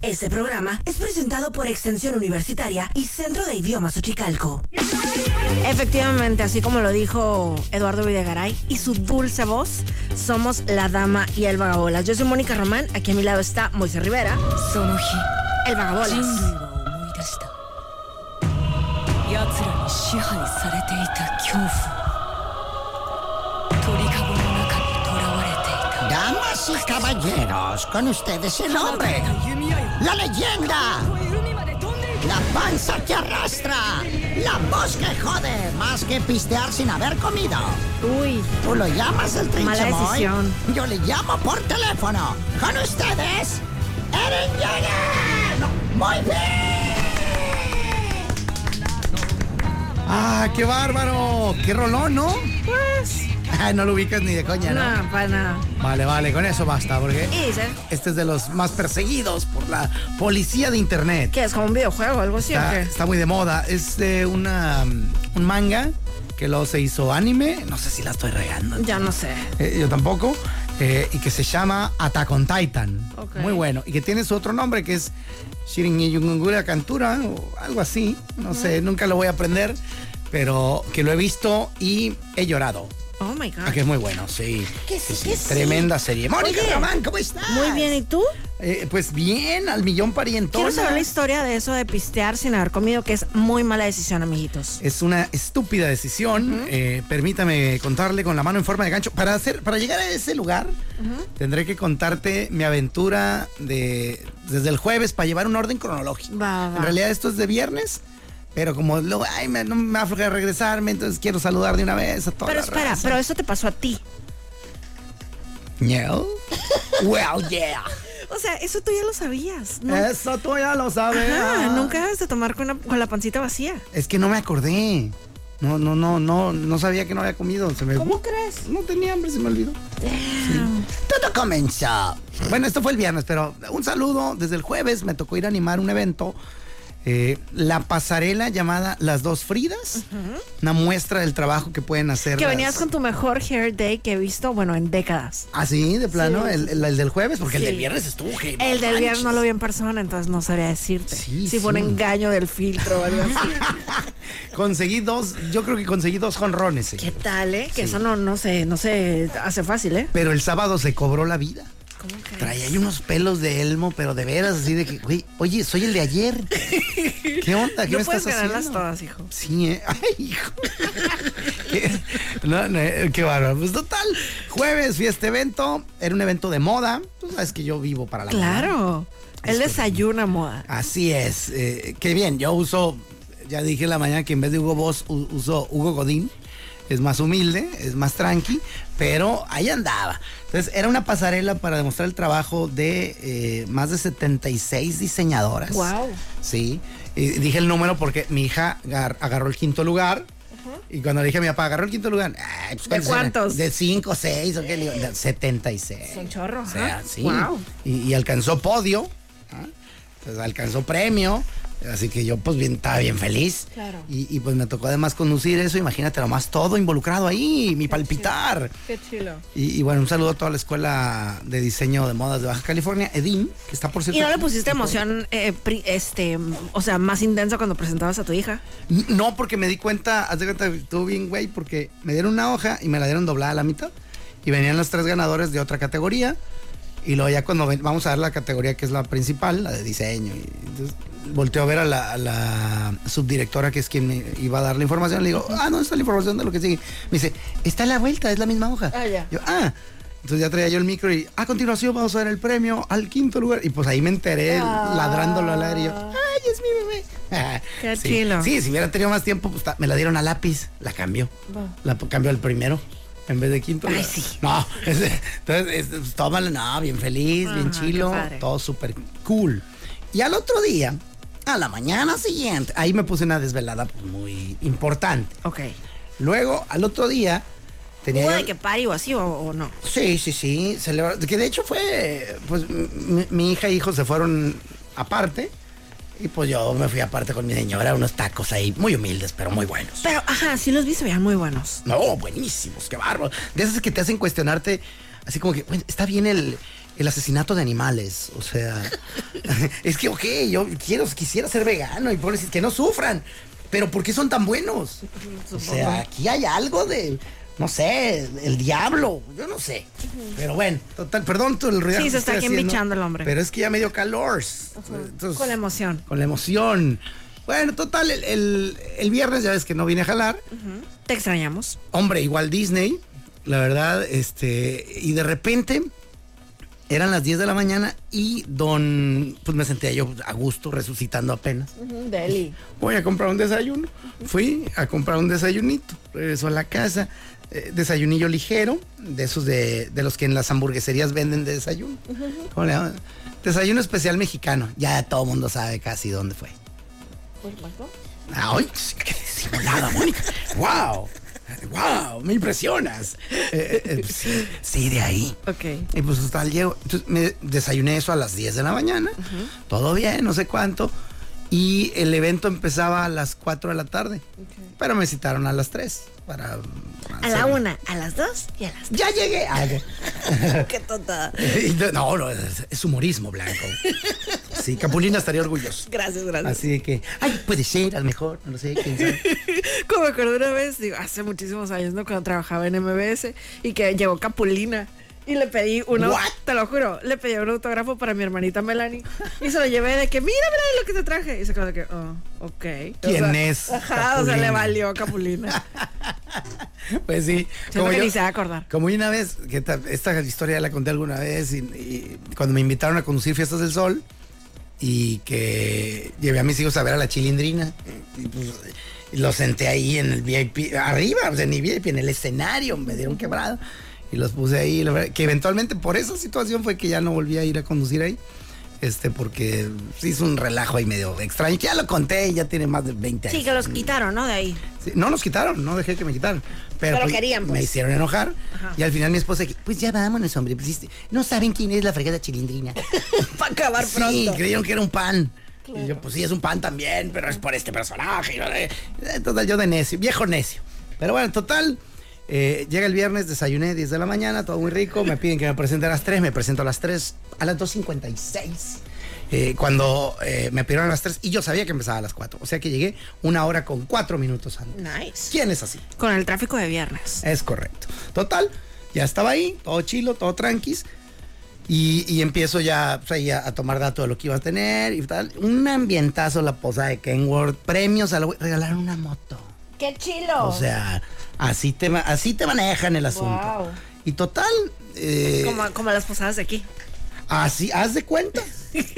Este programa es presentado por Extensión Universitaria y Centro de Idiomas Uchicalco. Efectivamente, así como lo dijo Eduardo Videgaray y su dulce voz, somos la dama y el vagabolas. Yo soy Mónica Román, aquí a mi lado está Moisés Rivera, その日 el vagabolas. 人類は思い出した奴らに支配されていた恐怖鳥かごの中にとらわれていた Damas y caballeros, con ustedes el hombre, 弓矢よ la leyenda, 海まで飛んでいく la panza que arrastra, la voz que jode, más que pistear sin haber comido. Uy, Tú lo llamas el trinche Mala boy? decisión. Yo le llamo por teléfono. Con ustedes, Eren Yeager. Muy bien. ¡Ah, qué bárbaro! ¡Qué rolón, ¿no? pues, Ay, no lo ubicas ni de coña, ¿no? nada, para nada. Vale, vale, con eso basta, porque Y dice este es de los más perseguidos por la policía de internet. que es como un videojuego, algo así, ¿o Está, qué? está muy de moda. Es de una, mm, un manga que luego se hizo anime. No sé si la estoy regando. Ya no sé. Eh, yo tampoco. Eh, y que se llama Attack on Titan. Ok. Muy bueno. Y que tiene su otro nombre que es Shirin Yungura Kantura o algo así. No sé, nunca lo voy a aprender. Pero que lo he visto y he llorado. Oh my Ah, God. que es muy bueno, sí. Que sí, que sí. Tremenda serie. Mónica Oye. Román, ¿cómo estás? Muy bien, ¿y tú? Eh, pues bien, al millón parientón. Quiero saber la historia de eso de pistear sin haber comido, que es muy mala decisión, amiguitos. Es una estúpida decisión. Eh, permítame contarle con la mano en forma de gancho. Para, hacer, para llegar a ese lugar, tendré que contarte mi aventura de, desde el jueves para llevar un orden cronológico. Va, va. En realidad esto es de viernes, pero como luego, ay, me, no me va a aflojar regresarme, entonces quiero saludar de una vez a toda Pero la espera, raza. pero eso te pasó a ti. No. Well, yeah. O sea, eso tú ya lo sabías. ¿no? Eso tú ya lo sabes. Ajá, nunca debes de tomar con, la- con la pancita vacía. Es que no me acordé. No, no, no, no, no sabía que no había comido. Se me... ¿Cómo crees? No tenía hambre, se me olvidó. Todo comenzó. Bueno, esto fue el viernes, pero un saludo. Desde el jueves me tocó ir a animar un evento. eh, la pasarela llamada Las Dos Fridas. Una muestra del trabajo que pueden hacer. Que las- venías con tu mejor hair day que he visto, bueno, en décadas. Ah, sí, de plano, Sí. El, el- el del jueves, porque Sí. el del viernes estuvo genial. El del viernes no lo vi en persona, entonces no sabría decirte. Sí, si fue un sí. engaño del filtro o algo así. Conseguí dos, yo creo que conseguí dos jonrones. ¿Qué señor. tal, eh? Que eso no, no se, no se hace fácil, ¿eh? Pero el sábado se cobró la vida. ¿Cómo que? Traía ahí unos pelos de elmo, pero de veras, así de que, güey, oye, soy el de ayer. ¿Qué onda? ¿Qué No me puedes estás ganarlas haciendo? todas, hijo. Sí, ¿eh? Ay, hijo. Qué- no, no, eh, qué bárbaro. Pues total, jueves fui a este evento. Era un evento de moda. Tú sabes que yo vivo para la moda. Claro. Él desayuna moda. Así es. eh, qué bien, yo uso, ya dije en la mañana que en vez de Hugo Boss u- uso Hugo Godín. Es más humilde, es más tranqui, pero ahí andaba. Entonces era una pasarela para demostrar el trabajo de eh, más de 76 diseñadoras. Guau. Sí. Y dije el número porque mi hija agar- agarró el quinto lugar. Y cuando le dije a mi papá, agarró el quinto lugar. "Ay, pues, ¿De ¿cuántos eran? cuántos? De 5, 6, ¿o qué? Le digo, 76. Son chorros, O sea, ajá. sí. Guau. Y, y alcanzó podio. ¿ah? Entonces, alcanzó premio. Así que yo, pues, bien, estaba bien feliz. Claro. Y, y, pues me tocó además conducir eso. Imagínate nomás todo involucrado ahí, mi palpitar. Qué chilo. Y, y, bueno, un saludo a toda la Escuela de Diseño de Modas de Baja California, Edín, que está por cierto. ¿Y no le pusiste emoción, eh, pri- este, o sea, más intensa cuando presentabas a tu hija? N- No, porque me di cuenta, haz de cuenta, que estuvo bien, güey, porque me dieron una hoja y me la dieron doblada a la mitad. Y venían los tres ganadores de otra categoría. Y luego ya cuando ven- vamos a ver la categoría que es la principal, la de diseño. Y entonces volteo a ver a la, a la subdirectora que es quien me iba a dar la información. Le digo, ah, ¿dónde está la información de lo que sigue? Me dice, está a la vuelta, es la misma hoja. Ah, ya. Yo, ah. Entonces ya traía yo el micro y a continuación vamos a dar el premio al quinto lugar. Y pues ahí me enteré Ah. ladrándolo al aire. y yo, ¡ay, es mi bebé! Qué sí. chilo. Sí, si hubiera tenido más tiempo, pues ta- me la dieron a lápiz, la cambió. La p- cambió al primero. En vez de quinto. Ay, la- sí. No, es- entonces, es- pues, tómala, no, bien feliz, Ajá, bien Ah, qué chilo, padre. todo súper cool. Y al otro día, a la mañana siguiente, ahí me puse una desvelada pues, muy importante. Ok. Luego, al otro día, Tenía ¿Hubo yo- de que pari o así o, o no? Sí, sí, sí. celebra- Que de hecho fue. Pues mi, mi hija e hijo se fueron aparte. Y pues yo me fui aparte con mi señora, unos tacos ahí, muy humildes, pero muy buenos. Pero, ajá, sí los vi, se veían muy buenos. No, buenísimos, qué bárbaro. De esas que te hacen cuestionarte, así como que, bueno, está bien el, el asesinato de animales. O sea, es que, ok, yo quiero, quisiera ser vegano y pobres, que no sufran. Pero ¿por qué son tan buenos? O sea, aquí hay algo de, no sé, el diablo, yo no sé. Pero bueno, total, perdón tú el ruido. Sí, que se está estoy aquí haciendo, embichando el hombre. Pero es que ya me dio calor. Entonces- Con la emoción. Con la emoción. Bueno, total, el, el- el viernes ya ves que no vine a jalar. Te extrañamos. Hombre, igual Disney, la verdad, este, y de repente eran las 10 de la mañana y don, pues me sentía yo a gusto resucitando apenas. Deli. Voy a comprar un desayuno. Fui a comprar un desayunito, regreso a la casa, eh, desayunillo ligero, de esos de, de los que en las hamburgueserías venden de desayuno. ¿Cómo le llaman? Desayuno especial mexicano, ya todo el mundo sabe casi dónde fue. ¡Ay! ¡Qué disimulada, Mónica! ¡Wow! ¡Wow! ¡Me impresionas! Eh, eh, pues, sí, sí, de ahí. Ok. Y pues total, llego. Entonces, me desayuné eso a las 10 de la mañana. Todo bien, no sé cuánto. Y el evento empezaba a las 4 de la tarde. Pero me citaron a las 3 para. A la una, a las dos y a las ¡Ya llegué! Ah, ok. Qué tonta. no, no, es, es humorismo blanco. Sí, Capulina estaría orgulloso. Gracias, gracias. Así de que, ay, puede ser, a lo mejor, no sé, quién sabe. Como me acuerdo una vez, digo, hace muchísimos años, ¿no? Cuando trabajaba en MBS y que llegó Capulina. Y le pedí uno, What? te lo juro, le pedí un autógrafo para mi hermanita Melanie. Y se lo llevé de que, mira, mira lo que te traje. Y se quedó de que, oh, ok. O ¿Quién sea, es Ajá, o sea, Capulina? le valió Capulina. Pues sí. Siento que ni se va a acordar. Como una vez, que esta, esta historia la conté alguna vez, y, y cuando me invitaron a conducir Fiestas del Sol, y que llevé a mis hijos a ver a la chilindrina, y pues, y los senté ahí en el VIP, arriba, o sea, en el VIP, en el escenario, me dieron quebrado, y los puse ahí, la verdad, que eventualmente por esa situación fue que ya no volví a ir a conducir ahí. Este, porque se hizo un relajo ahí medio extraño, que ya lo conté, ya tiene más de 20 años. Sí, que los quitaron, ¿no? De ahí. Sí, no nos quitaron, no dejé que me quitaran. Pero, Pero querían, pues. Me hicieron enojar. Ajá. Y al final mi esposa, aquí, pues ya vámonos, hombre. pues, este, no saben quién es la fregada chilindrina. Para acabar sí, creyeron que era un pan. Y yo, pues sí, es un pan también, pero es por este personaje. y no sé. Eh, Total, yo de necio, viejo necio. Pero bueno, total. eh, llega el viernes, desayuné 10 de la mañana, todo muy rico. Me piden que me presente a las 3, me presento a las 3, a las 2.56. eh, cuando eh, me pidieron a las 3 y yo sabía que empezaba a las 4. O sea que llegué una hora con 4 minutos antes. Nice. ¿Quién es así? Con el tráfico de viernes. Es correcto. Total, ya estaba ahí, todo chilo, todo tranquis. Y, y empiezo ya pues, ahí a, a tomar dato de lo que iba a tener y tal. Un ambientazo la posada de Kenworth, premios a lo... Regalaron una moto. ¡Qué chilo! O sea, así te, ma- así te manejan el asunto. Wow. Y total... eh, como, como las posadas de aquí. Así, haz de cuenta.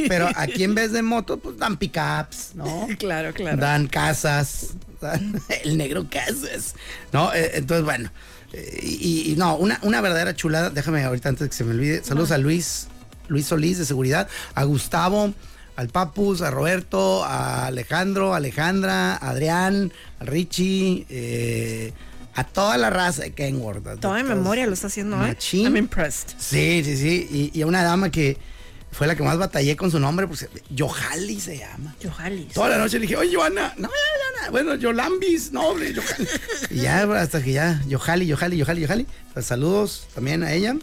Pero aquí en vez de moto, pues dan pickups, ¿no? Claro, claro. Dan casas. dan- el negro casas. ¿No? Eh, entonces, bueno. eh, y, y no, una, una verdadera chulada. Déjame ahorita antes de que se me olvide. Saludos a Luis, Luis Solís de seguridad, a Gustavo, al Papus, a Roberto, a Alejandro, a Alejandra, a Adrián, a Richie, eh, a toda la raza eh, de Kenworth. a Todo en todos. memoria lo está haciendo, ¿eh? Machín. I'm impressed. Sí, sí, sí. Y, y a una dama que fue la que más batallé con su nombre, porque Yohali se llama. Yohalis. Toda la noche le dije, oye, Joana, no, Joana, bueno, Yolambis, no, hombre, Yohali. Y ya, hasta que ya, Yohali, Yohali, Yohali, Yohali. Pues, saludos también a ella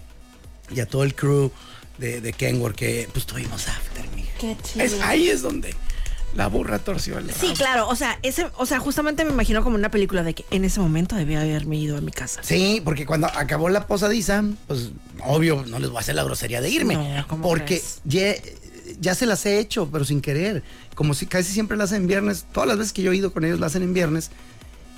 y a todo el crew de, de Kenworth que pues tuvimos after, mija. Qué chido. Es, ahí es donde la burra torció el Sí, rabo. claro, o sea, ese, o sea, justamente me imagino como una película de que en ese momento debía haberme ido a mi casa. Sí, porque cuando acabó la posadiza, pues obvio, no les voy a hacer la grosería de irme. No, ¿cómo porque crees? ya, ya se las he hecho, pero sin querer. Como si casi siempre la hacen viernes, todas las veces que yo he ido con ellos la hacen en viernes.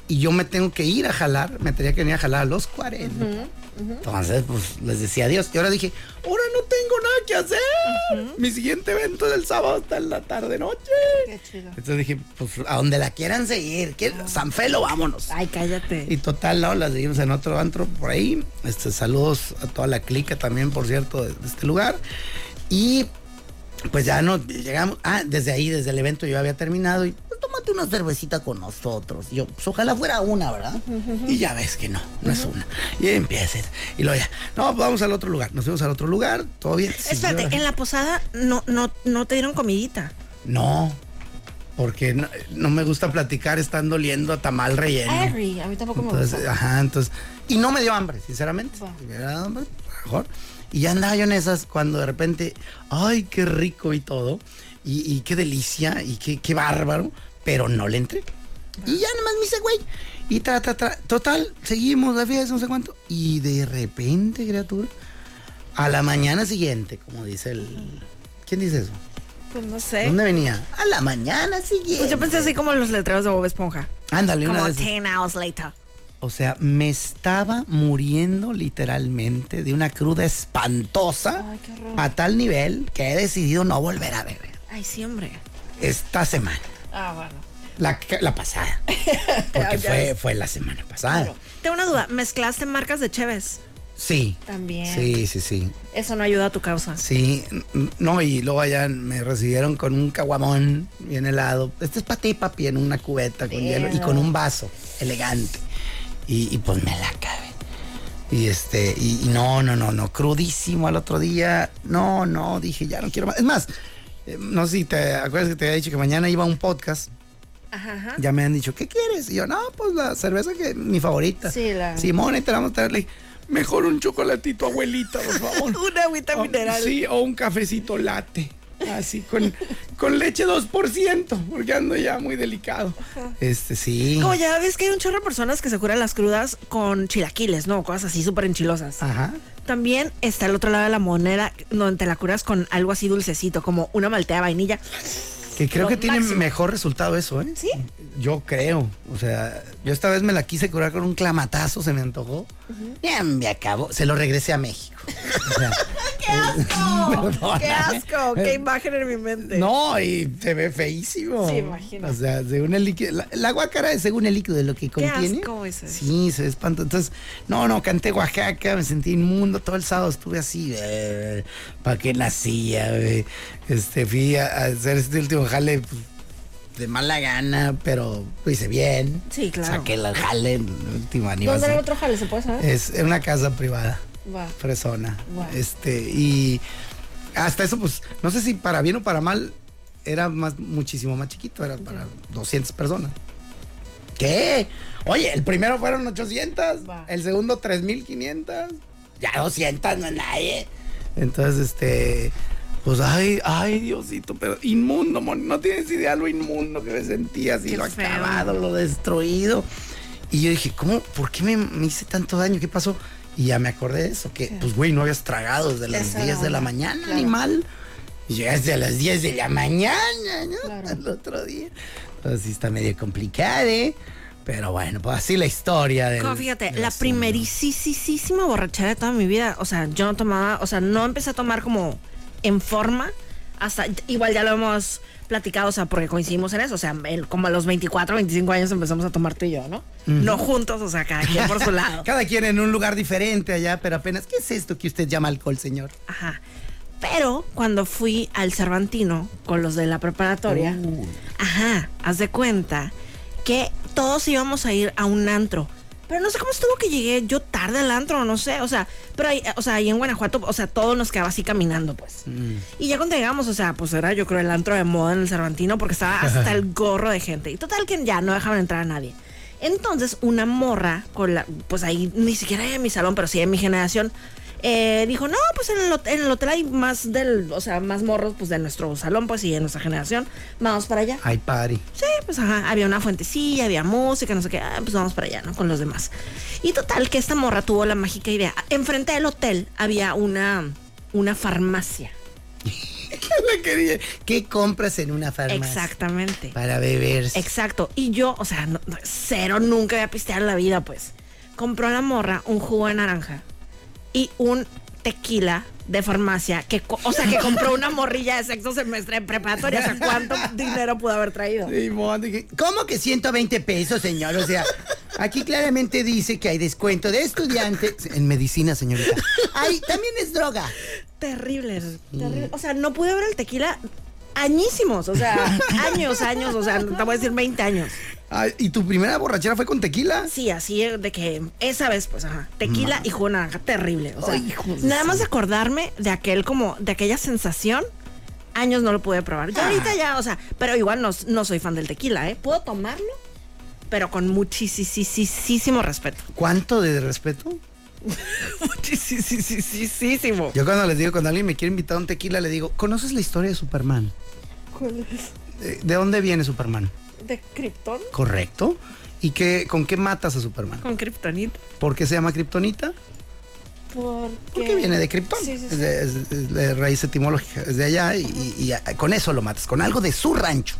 Y yo me tengo que ir a jalar, me tenía que venir a jalar a los 40. Entonces, pues les decía adiós. Y ahora dije, ahora no tengo nada que hacer. Mi siguiente evento es el sábado hasta la tarde-noche. Qué chido. Entonces dije, pues a donde la quieran seguir. ¿quién- San Felo, vámonos. Ay, cállate. Y total, no, las seguimos en otro antro por ahí. Este, saludos a toda la clica también, por cierto, de, de este lugar. Y pues ya no llegamos. Ah, desde ahí, desde el evento yo había terminado y pues tómate una cervecita con nosotros. Y yo, pues ojalá fuera una, ¿verdad? Y ya ves que no, no es una. Y empieza. Y luego ya, no, pues vamos al otro lugar. Nos fuimos al otro lugar, todo bien. Espérate, Señora. en la posada no, no, no te dieron comidita. No, porque no, no me gusta platicar estando oliendo a tamal relleno. Harry, a mí tampoco me Entonces, gusta. ajá, entonces. Y no me dio hambre, sinceramente. Bueno. Si me hubiera dado hambre, mejor. Y ya andaba yo en esas cuando de repente, ay, qué rico y todo. Y, y qué delicia y qué, qué bárbaro. Pero no le entré. Y ya nomás me hice, güey. Y tra, tra, tra. Total, seguimos la fiesta, no sé cuánto. Y de repente, criatura, a la mañana siguiente, como dice el. ¿Quién dice eso? Pues no sé. ¿Dónde venía? A la mañana siguiente. Pues yo pensé así como los letreros de Bob Esponja. Ándale, una Como de esas. 10 hours later. O sea, me estaba muriendo literalmente de una cruda espantosa Ay, qué horror. a tal nivel que he decidido no volver a beber Ay, sí, hombre. esta semana, Ah, bueno. la, que- la pasada, porque fue, fue la semana pasada. Tengo una duda. ¿Mezclaste marcas de Cheves? Sí. También. Sí, sí, sí. Eso no ayuda a tu causa. Sí, n- no, y luego allá me recibieron con un caguamón bien helado. Este es para ti, papi, en una cubeta con hielo y con un vaso elegante. Y, y pues me la cabe. Y este, y, y no, no, no, no, crudísimo al otro día. No, no, dije, ya no quiero más. Es más, eh, no sé si te acuerdas que te había dicho que mañana iba a un podcast. Ajá, ajá. Ya me han dicho, ¿qué quieres? Y yo, no, pues la cerveza que mi favorita. Sí, la- Simone, te la vamos a traerle. Mejor un chocolatito, abuelita, por favor. Una agüita O- mineral. Oh, Sí, o un cafecito latte. Así, con, con leche 2%, porque ando ya muy delicado. Este, sí. Como ya ves que hay un chorro de personas que se curan las crudas con chilaquiles, ¿no? Cosas así súper enchilosas. Ajá. También está el otro lado de la moneda donde te la curas con algo así dulcecito, como una maltea de vainilla. Que creo Lo que tiene máximo. mejor resultado eso, ¿eh? ¿Sí? Yo creo. O sea, yo esta vez me la quise curar con un clamatazo, se me antojó. Ya me acabó. Se lo regresé a México. O sea, ¡Qué asco! Perdóname. Oh, ¡Qué asco! ¡Qué imagen en mi mente! no, y se ve feísimo. Sí, imagino. O sea, según el líquido. La, la guácara es según el líquido de lo que contiene. asco ese. Sí, se espanta. Entonces, no, no, canté Oaxaca, me sentí inmundo. Todo el sábado estuve así. ¿Para qué nacía? eh? Este, fui a, a hacer este último jale pues, de mala gana, pero lo hice bien. Sí, claro. Saqué el jale, el último ¿Dónde era el aniversario. otro jale? ¿Se puede saber? Es en una casa privada Va. fresona. Wow. Este, y hasta eso, pues, no sé si para bien o para mal, era más, muchísimo más chiquito, era para 200 personas. ¿Qué? Oye, el primero fueron 800, Wow. el segundo 3500, ya 200 no es nadie. Entonces, este, pues, ay, ay, Diosito, pero inmundo, mon, no tienes idea lo inmundo que me sentía, así Qué lo feo. acabado, lo destruido. Y yo dije, ¿cómo? ¿Por qué me, me hice tanto daño? ¿Qué pasó? Y ya me acordé de eso, que pues, güey, no habías tragado desde las Esa 10 de la hora, mañana, claro. animal. Y llegaste a las 10 de la mañana, ¿no? Al otro día. Pues sí está medio complicado, ¿eh? Pero bueno, pues así la historia de... este Como fíjate, la primerísima borrachera de toda mi vida. O sea, yo no tomaba, o sea, no empecé a tomar como en forma. Hasta, igual ya lo hemos platicado, o sea, porque coincidimos en eso. O sea, el- como a los 24, 25 años empezamos a tomar tú y yo, ¿no? No juntos, o sea, cada quien por su lado. Cada quien en un lugar diferente allá, pero apenas... ¿Qué es esto que usted llama alcohol, señor? Ajá. Pero cuando fui al Cervantino con los de la preparatoria, ajá, haz de cuenta que todos íbamos a ir a un antro. Pero no sé cómo estuvo que llegué yo tarde al antro, no sé, o sea, pero ahí, o sea, ahí en Guanajuato, o sea, todo nos quedaba así caminando, pues. Y ya cuando llegamos, o sea, pues era yo creo el antro de moda en el Cervantino porque estaba hasta el gorro de gente. Y total que ya no dejaban entrar a nadie. Entonces, una morra, con la, pues ahí ni siquiera de mi salón, pero sí de mi generación, eh, dijo, no, pues en el, hot- en el hotel hay más del, o sea, más morros, pues de nuestro salón, pues y de nuestra generación. Vamos para allá. Ay, party. Sí, pues ajá, había una fuentecilla, había música, no sé qué, ah, pues vamos para allá, ¿no? Con los demás. Y total, que esta morra tuvo la mágica idea. Enfrente del hotel había una, una farmacia. La quería. ¿Qué compras en una farmacia? Exactamente. Para beber. Exacto. Y yo, o sea, no- no, cero nunca voy a pistear en la vida, pues. Compró la morra un jugo de naranja y un tequila de farmacia que, co- o sea, que compró una morrilla de sexto semestre en preparatoria. O sea, ¿cuánto dinero pudo haber traído? Simón, dije, ¿Cómo que 120 pesos, señor? O sea, aquí claramente dice que hay descuento de estudiantes en medicina, señorita. Ay, también es droga. Terrible, terrible. O sea, no pude ver el tequila añísimos, o sea, años, años, o sea, no te voy a decir 20 años. Ay, ¿Y tu primera borrachera fue con tequila? Sí, así de que esa vez, pues, ajá, tequila y jugo de naranja, terrible. O sea, Ay, hijo de nada su- más acordarme de aquel como, de aquella sensación, años no lo pude probar. Ah. Ya ahorita ya, o sea, pero igual no, no soy fan del tequila, ¿eh? Puedo tomarlo, pero con muchísimo respeto. ¿Cuánto de respeto? Muchísimo. Yo cuando les digo, cuando alguien me quiere invitar a un tequila, le digo, ¿conoces la historia de Superman? Eh, ¿De dónde viene Superman? ¿De Krypton? ¿Correcto? ¿Y qué, con qué matas a Superman? ¿Con Kryptonita? ¿Por qué se llama Kryptonita? Porque... Porque viene de Krypton. Sí, sí, Es, de, es- es de raíz etimológica, es de allá y, y- y con eso lo matas, con algo de su rancho.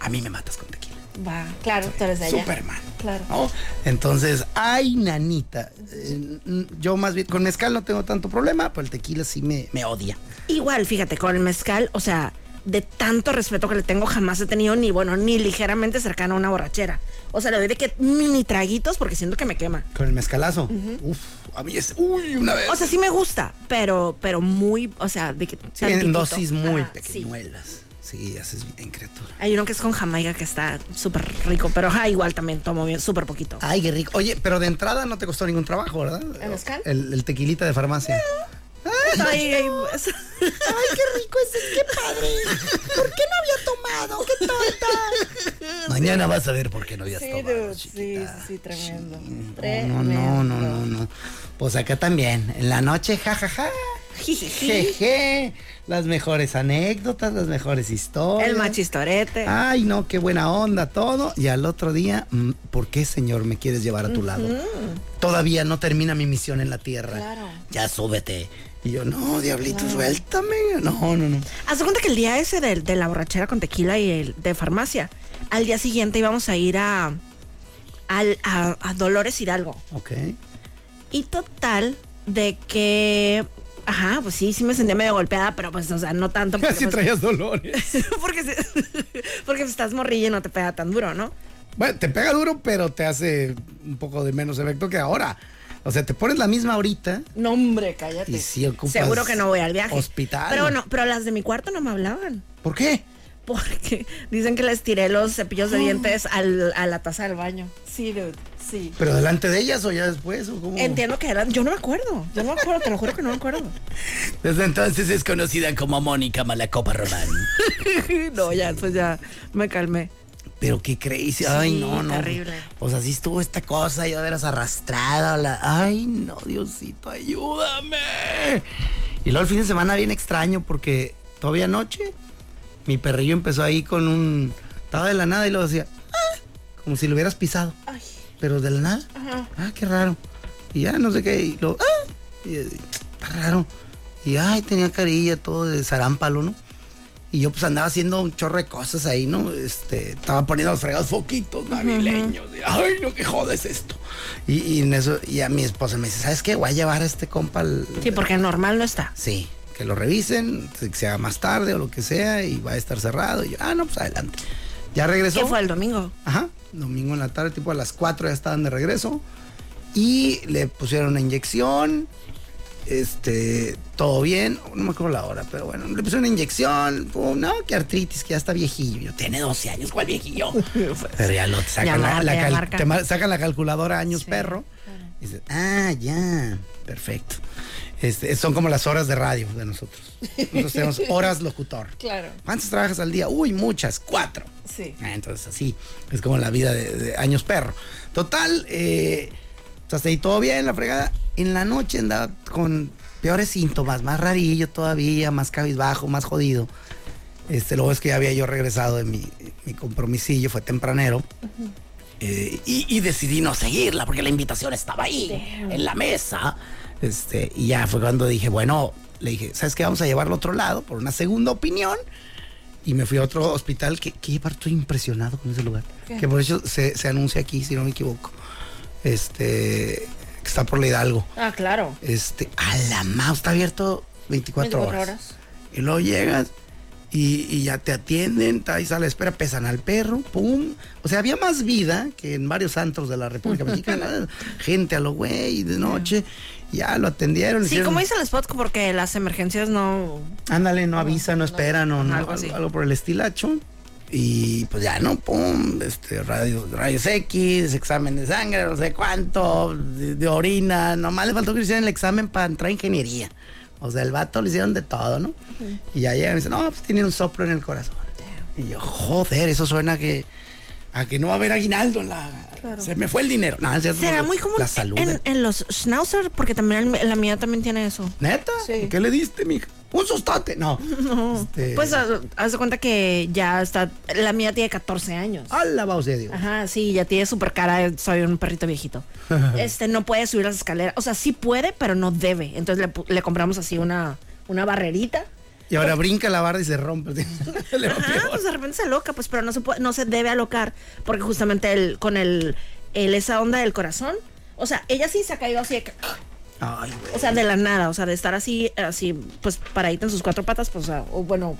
A mí me matas con tequila. Va, claro, tú eres de allá. Superman. Claro. ¿no? Entonces, ay, nanita. eh, n- yo más bien, con mezcal no tengo tanto problema, pero el tequila sí me, me odia. Igual, fíjate, con el mezcal, o sea, de tanto respeto que le tengo, jamás he tenido ni, bueno, ni ligeramente cercano a una borrachera. O sea, le doy de que mini traguitos porque siento que me quema. Con el mezcalazo. Uf, a mí es. Uy, una vez. O sea, sí me gusta, pero, pero muy, o sea, de que. Sí, en tantitito. dosis muy Ajá, sí. pequeñuelas. Sí, haces bien, criatura. Hay uno que es con Jamaica que está súper rico, pero ajá, igual también tomo bien, súper poquito. Ay, qué rico. Oye, pero de entrada no te costó ningún trabajo, ¿verdad? ¿El mezcal? El, el tequilita de farmacia. Ay, ay, pues. ¡Ay, qué rico es! ¡Qué padre! ¿Por qué no había tomado? ¡Qué tonta! Mañana vas a ver por qué no habías tomado, sí, chiquita. sí, tremendo. No, no, no, no, no, no. Pues acá también. En la noche, jajaja. Jeje. Las mejores anécdotas, las mejores historias. El machistorete. Ay, no, qué buena onda todo. Y al otro día, mm, ¿por qué, señor, me quieres llevar a tu lado? Todavía no termina mi misión en la tierra. Claro. Ya súbete. Y yo, no, diablito, suéltame. No, no, no. Haz de cuenta que el día ese del- de, la borrachera con tequila y el de farmacia, al día siguiente íbamos a ir a, al- a, a Dolores Hidalgo. Ok. Y total, de que. Ajá, pues sí, sí me sentía medio golpeada, pero pues, o sea, no tanto. Porque, Casi pues, traías dolores. porque, se- porque pues, estás morrilla y no te pega tan duro, ¿no? Bueno, te pega duro, pero te hace un poco de menos efecto que ahora. O sea, te pones la misma ahorita. No, hombre, cállate. Y sí ocupas Seguro que no voy al viaje. hospital. Pero bueno, pero las de mi cuarto no me hablaban. ¿Por qué? Porque dicen que les tiré los cepillos de dientes al- a la taza del baño. Sí, dude, sí. ¿Pero delante de ellas o ya después? ¿O cómo? Entiendo que eran. Yo no me acuerdo. Yo no me acuerdo, te lo juro que no me acuerdo. Desde entonces es conocida como Mónica Malacopa Román. no, ya, pues ya me calmé. Pero qué crazy. Ay, Sí, no, no. terrible. Pues así estuvo esta cosa. Yo de veras arrastrada. a la- Ay, no, Diosito, ayúdame. Y luego el fin de semana bien extraño porque todavía anoche mi perrillo empezó ahí con un. Estaba de la nada y lo decía. "Ah", Como si lo hubieras pisado. Ay, Pero de la nada. ajá. Ah, qué raro. Y ya no sé qué. Y lo. Ah, y, eh, está raro. Y ay, tenía carilla, todo de zarámpalo, ¿no? Y yo pues andaba haciendo un chorro de cosas ahí, ¿no? Este, estaba poniendo los fregados foquitos navileños. Y, ay, no, qué joda es esto. Y, y en eso, y a mi esposa me dice, ¿sabes qué? Voy a llevar a este compa al. Sí, porque normal no está. Sí, que lo revisen, que sea más tarde o lo que sea, y va a estar cerrado. Y yo, ah, no, pues adelante. Ya regresó. ¿Qué fue el domingo? Ajá, domingo en la tarde, tipo a las 4 ya estaban de regreso. Y le pusieron una inyección. Este, todo bien, no me acuerdo la hora, pero bueno, le pusieron una inyección. pum, no, que artritis, que ya está viejillo. Yo, tiene 12 años, ¿cuál viejillo? pero ya lo te sacan, la, marca, la ya cal- marca. te ma- sacan la calculadora años Sí, perro. Y dices, ah, ya, perfecto. Este, son como las horas de radio de nosotros. Nosotros tenemos horas locutor. Claro. ¿Cuántas trabajas al día? Uy, muchas, cuatro. Sí. Ah, Entonces así, es como la vida de, de años perro. Total, eh, hasta ahí todo bien, la fregada. En la noche andaba con peores síntomas, más rarillo todavía, más cabizbajo, más jodido. Este, luego es que ya había yo regresado de mi, mi compromisillo, fue tempranero. Eh, y, y decidí no seguirla porque la invitación estaba ahí, en la mesa. Este, y ya fue cuando dije, bueno, le dije, ¿sabes qué? Vamos a llevarlo a otro lado por una segunda opinión. Y me fui a otro hospital que, que llevar estoy impresionado con ese lugar. Que por eso se, se anuncia aquí, si no me equivoco. Este, que está por la Hidalgo. Ah, claro. Este, a la mouse, está abierto 24, 24 horas. horas. Y luego llegas y, y ya te atienden, está ahí sale la espera, pesan al perro, pum. O sea, había más vida que en varios santos de la República Mexicana. Gente a lo güey, de noche. Ya lo atendieron. Sí, hicieron- como dice el spot, porque las emergencias no. Ándale, no avisa, no espera, no, no, Algo algo, así. algo por el estilacho. Y pues ya, ¿no? Pum, este, rayos, rayos X, examen de sangre, no sé cuánto, de, de orina. Nomás le faltó que le hicieran el examen para entrar a ingeniería. O sea, el vato le hicieron de todo, ¿no? Y ya llegan y dicen, no, pues tiene un soplo en el corazón. Y yo, joder, eso suena a que, a que no va a haber aguinaldo en la... Se me fue el dinero. No, es cierto, Será no, muy común La salud. en, en los schnauzer, porque también el- la mía también tiene eso. ¿Neta? Sí. ¿Qué le diste, mija? Un sustote. No. No. Este- Pues haz, haz de cuenta que ya está. La mía tiene 14 años. Alabado sea Dios. Ajá, sí, ya tiene súper cara. Soy un perrito viejito. Este no puede subir las escaleras. O sea, sí puede, pero no debe. Entonces le, pu- le compramos así una, una barrerita. Y ahora brinca la barra y se rompe. Le va Ajá, peor. pues de repente se loca, pues, pero no se, puede- no se debe alocar. Porque justamente el, con el, el- esa onda del corazón. O sea, ella sí se ha caído así de que- Ay, güey. O sea, de la nada, o sea, de estar así, así, pues paradita en sus cuatro patas, pues, o, sea, o bueno,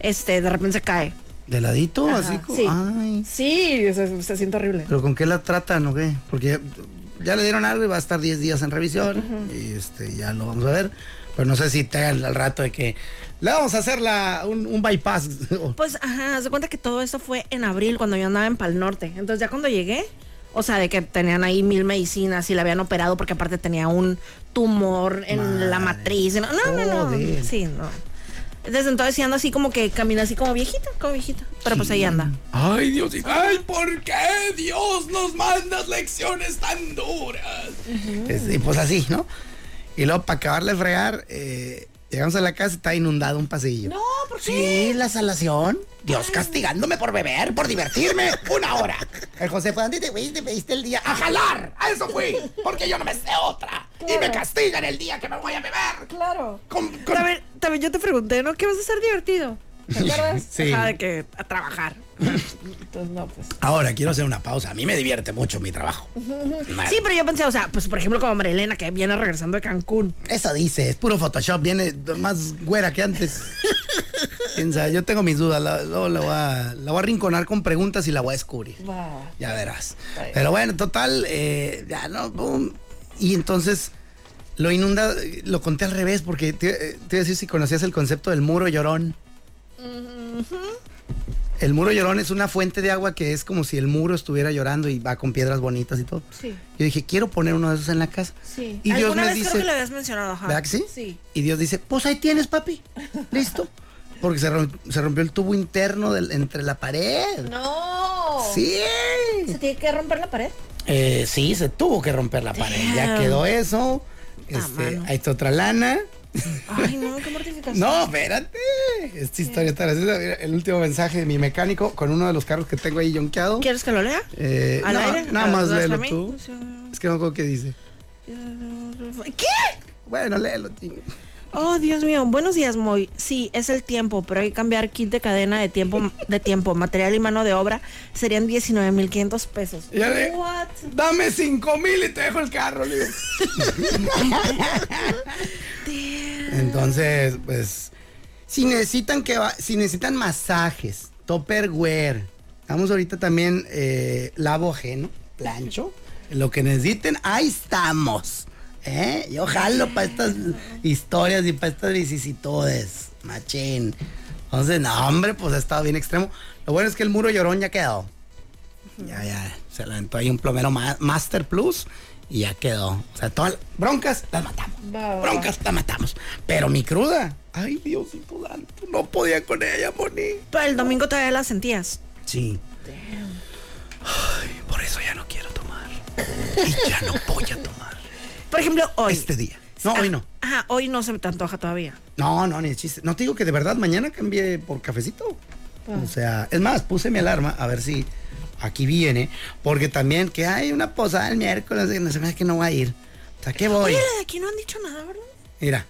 este, de repente se cae. ¿De ladito? Ajá, Oh, así como. sí. Ay. Sí, se, se siente horrible. ¿Pero con qué la tratan o qué? Porque ya, ya le dieron algo y va a estar 10 días en revisión. Y este, ya lo vamos a ver. Pero no sé si te hagan al rato de que. Le vamos a hacer la, un, un bypass. Pues, ajá, haz de cuenta que todo esto fue en abril, cuando yo andaba en Pal Norte. Entonces, ya cuando llegué, o sea, de que tenían ahí mil medicinas y la habían operado porque aparte tenía un tumor en la Madre. matriz. y No, no, no, no. Joder. Sí, no. Desde entonces, y ando así como que camina así como viejita, como viejita. Pero pues ahí anda. Ay, Dios. Ay, ¿por qué Dios nos manda lecciones tan duras? y pues así, ¿no? Y luego, para acabarle de fregar, eh, llegamos a la casa y está inundado un pasillo. No, ¿por qué? Sí, la salación. Dios castigándome por beber, por divertirme una hora. El José fue, ¿dónde te fuiste? Me diste el día. ¡A jalar! ¡A eso fui! Porque yo no me sé otra. Y me castigan el día que me voy a beber. Claro. Con- con- También, también yo te pregunté, ¿no? ¿Qué vas a hacer divertido? ¿Te acuerdas? Sí. Ajá, de que a trabajar. Entonces, no, pues. Ahora quiero hacer una pausa. A mí me divierte mucho mi trabajo. Madre. Sí, pero yo pensé, o sea, pues por ejemplo, como Marilena, que viene regresando de Cancún. Eso dice, es puro Photoshop, viene más güera que antes. Quién sabe, yo tengo mis dudas, la, luego la voy a, la voy a rinconar con preguntas y la voy a descubrir. Ya verás. Pero bueno, total, eh, ya no, boom. Y entonces lo inunda, eh, lo conté al revés, porque te, eh, te iba a decir si conocías el concepto del muro llorón. El muro llorón es una fuente de agua que es como si el muro estuviera llorando y va con piedras bonitas y todo. Sí. Yo dije, quiero poner uno de esos en la casa. Sí. Y Dios Alguna me vez dice, creo que lo habías mencionado, ajá. ¿Verdad que sí? Sí. Y Dios dice, pues ahí tienes, papi. Listo. Porque se, romp- se rompió el tubo interno del- entre la pared. ¡No! Sí. ¿Se tiene que romper la pared? Eh, sí, se tuvo que romper la pared. Ya Damn. Ah, quedó eso. Este, mano. ahí está otra lana. Ay, no, qué mortificación. No, espérate. Esta historia está graciosa. Mira, el último mensaje de mi mecánico con uno de los carros que tengo ahí yonqueado. ¿Quieres que lo lea? Eh, ¿Al no, aire? Nada ¿Lo- más lo das léelo para mí? tú. Sí. Es que no creo que dice. ¿Qué? Bueno, léelo, chingue. Oh, Dios mío. Buenos días, Moy. Sí, es el tiempo, pero hay que cambiar kit de cadena de tiempo, de tiempo, material y mano de obra. Serían 19.500 pesos. Ya le- What? Dame cinco mil y te dejo el carro, le digo. Entonces, pues, si necesitan que va- si necesitan masajes, topperware, vamos ahorita también eh, lavo ajeno, plancho, lo que necesiten, ahí estamos. ¿eh? Yo jalo para estas historias y para estas vicisitudes, machín. Entonces, no, hombre, pues ha estado bien extremo. Lo bueno es que el muro llorón ya quedó. Ya, ya. Se aventó ahí un plomero ma- Master Plus y ya quedó. O sea, todas las broncas las matamos. Broncas las matamos. Pero mi cruda. Ay, Diosito santo. No podía con ella, Moni. Pero el domingo todavía la sentías. Sí. Ay, por eso ya no quiero tomar. Y ya no voy a tomar. Por ejemplo, hoy. Ah, Este día. No, hoy no. Ajá, hoy no se te antoja todavía. No, no, ni de chiste. No te digo que de verdad mañana cambié por cafecito. O sea, es más, puse mi alarma a ver si aquí viene. Porque también que hay una posada el miércoles y no se me hace que no va a ir. O sea, ¿qué voy? Oye, la de aquí no han dicho nada, ¿verdad? Mira.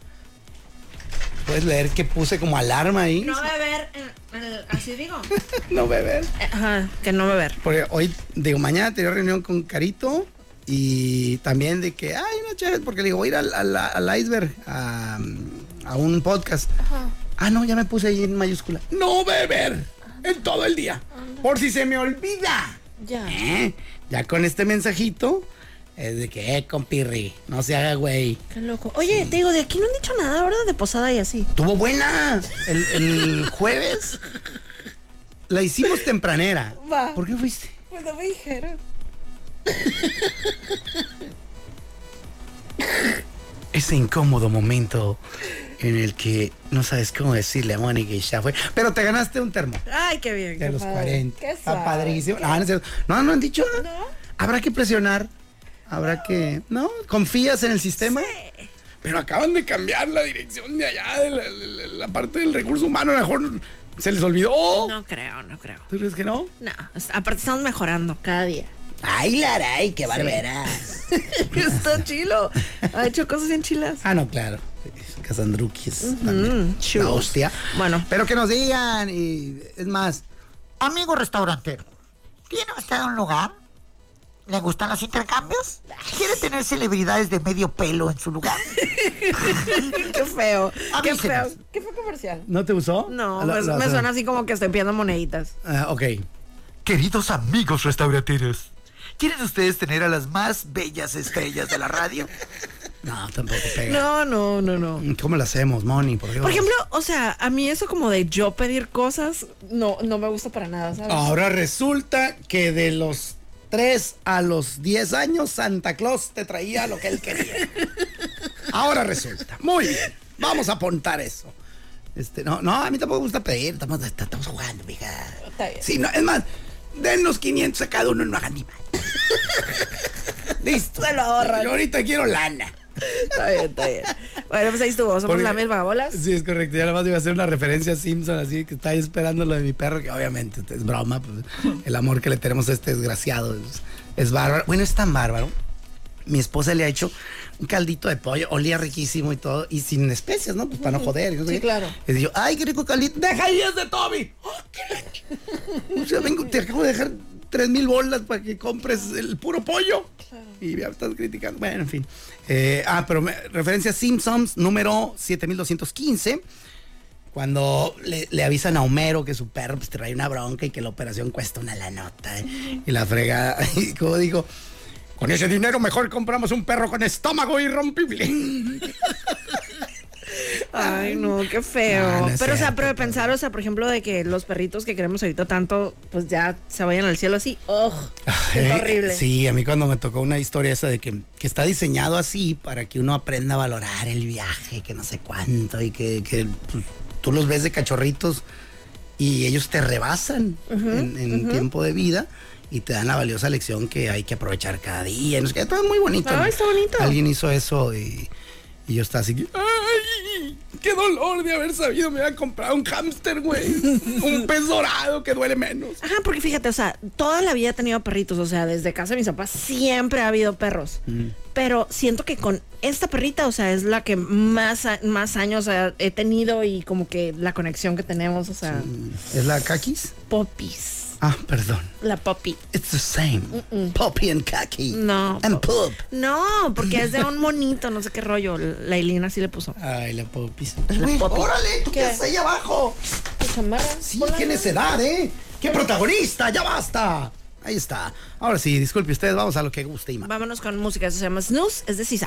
Puedes leer que puse como alarma ahí. No beber, en- en- eh, así digo. No beber. Ajá, que no beber. Porque hoy, digo, mañana tenía reunión con Carito y también de que, ay, una chévere, porque le digo, voy a ir al, al- al iceberg a, a un podcast. Ah, no, ya me puse ahí en mayúscula. No beber en todo el día, por si se me olvida. Ya. ¿Eh? Ya con este mensajito, es de que, eh, compirri, no se haga güey. Qué loco. Oye, te digo, de aquí no han dicho nada, ¿verdad? De posada y así. Tuvo buena el, el jueves. La hicimos tempranera. Va. ¿Por qué fuiste? Pues no me dijeron. Ese incómodo momento en el que no sabes cómo decirle a Mónica y ya fue. Pero te ganaste un termo Ay, qué bien. de qué los padre. 40. Qué Está suave. padrísimo. Ah, No, no, es cierto. no, no han dicho nada. No. Habrá que presionar. Habrá que. ¿No? ¿Confías en el sistema? Pero acaban de cambiar la dirección de allá, de la, la- la parte del recurso humano. A lo mejor se les olvidó. No creo, no creo. ¿Tú crees que no? No, es- aparte estamos mejorando cada día. Ay, Laray, qué barbera. Está chilo. Ha hecho cosas bien chilas. Ah, no, claro. Casandruquis. también. churros. La hostia. Bueno. Pero que nos digan. Y es más, Amigo restaurantero, ¿tiene usted un lugar? ¿Le gustan los intercambios? ¿Quiere tener celebridades de medio pelo en su lugar? Qué feo. Qué feo. Avísenos. Qué feo comercial. ¿no te usó? No, Lo- pues lo- me suena así como que estoy pidiendo moneditas. Ah, ok. Queridos amigos restauranteros, ¿quieren ustedes tener a las más bellas estrellas de la radio? No, tampoco pega. No, no, no, no. ¿Cómo lo hacemos, Moni? Por, Dios? Por ejemplo, o sea, a mí eso como de yo pedir cosas no, no me gusta para nada, ¿sabes? Ahora resulta que de los 3 a los 10 años, Santa Claus te traía lo que él quería. Ahora resulta. Muy bien. Vamos a apuntar eso. Este, no, no, a mí tampoco me gusta pedir. Estamos, estamos jugando, mija. Está bien. Sí, no, es más, denos 500 a cada uno y no hagan ni mal. Listo. Se lo ahorran. Yo ahorita quiero lana. Está bien, está bien. Bueno, pues ahí estuvo. Somos Porque- la misma bolas. Sí, es correcto. Ya nada más iba a hacer una referencia a Simpson, así que está ahí esperando lo de mi perro, que obviamente es broma. pues, el amor que le tenemos a este desgraciado es, es bárbaro. Bueno, es tan bárbaro. Mi esposa le ha hecho un caldito de pollo, olía riquísimo y todo, y sin especias, ¿no? Pues para no joder. y no sé Sí, qué. claro. Y digo, ay, qué rico caldito. Deja ahí es de Toby. ¡Oh, qué la- o sea, vengo, te acabo de dejar tres mil bolas para que compres el puro pollo. Y ya estás criticando. Bueno, en fin. Eh, ah, pero me- referencia a Simpsons número 7215. Cuando le, le avisan a Homero que su perro pues, trae una bronca y que la operación cuesta una lanota. eh, Y la fregada. Y como digo, Con ese dinero mejor compramos un perro con estómago irrompible. Ay, no, qué feo. Ah, No, no es pero, o sea, cierto, pero de pensar, o sea, por ejemplo, de que los perritos que queremos ahorita tanto, pues ya se vayan al cielo así. ¡Oh! Es Eh, horrible. Sí, a mí cuando me tocó una historia esa de que, que está diseñado así para que uno aprenda a valorar el viaje, que no sé cuánto, y que, que, pues, tú los ves de cachorritos y ellos te rebasan en, en tiempo de vida y te dan la valiosa lección que hay que aprovechar cada día. No sé qué, todo es muy bonito. Ay, ¿no? está bonito. Alguien hizo eso y, y yo estaba así. ¡Ay! ¡Qué dolor de haber sabido! Me había comprado un hámster, güey. Un pez dorado que duele menos. Ajá, porque fíjate, o sea, toda la vida he tenido perritos, o sea, desde casa de mis papás siempre ha habido perros. Mm. Pero siento que con esta perrita, o sea, es la que más, a- más años eh, he tenido y como que la conexión que tenemos, o sea, ¿Es la Kakis? popis. Ah, perdón. La popi. It's the same. Poppy and Kaki. No. And po- Poop. No, porque es de un monito, no sé qué rollo. La Ilina sí le puso. Ay, la popis. Güey, popi. ¡Órale! ¿Tú ¿Qué? qué haces ahí abajo? Sí, qué necedad, ¿eh? ¡Qué protagonista! ¡Ya basta! Ahí está. Ahora sí, disculpe usted, vamos a lo que guste y más. Vámonos con música, eso se llama Snooze, es de Sisa.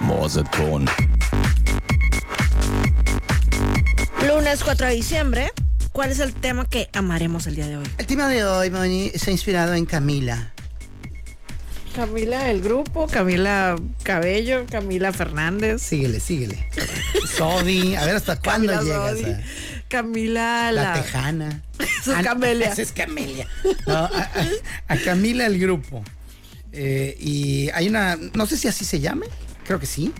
Morseton. Lunes 4 de diciembre, ¿cuál es el tema que amaremos el día de hoy? El tema de hoy, Moni, se ha inspirado en Camila. Camila del grupo, Camila Cabello, Camila Fernández. Síguele, síguele. Sodi, a ver hasta cuándo Camila llegas. Sodi, a- Camila La, la, Tejana. Esa es Ah, no, Camelia. esa es Camelia. No, a, a- a Camila el grupo. Eh, y hay una, no sé si así se llame, creo que sí.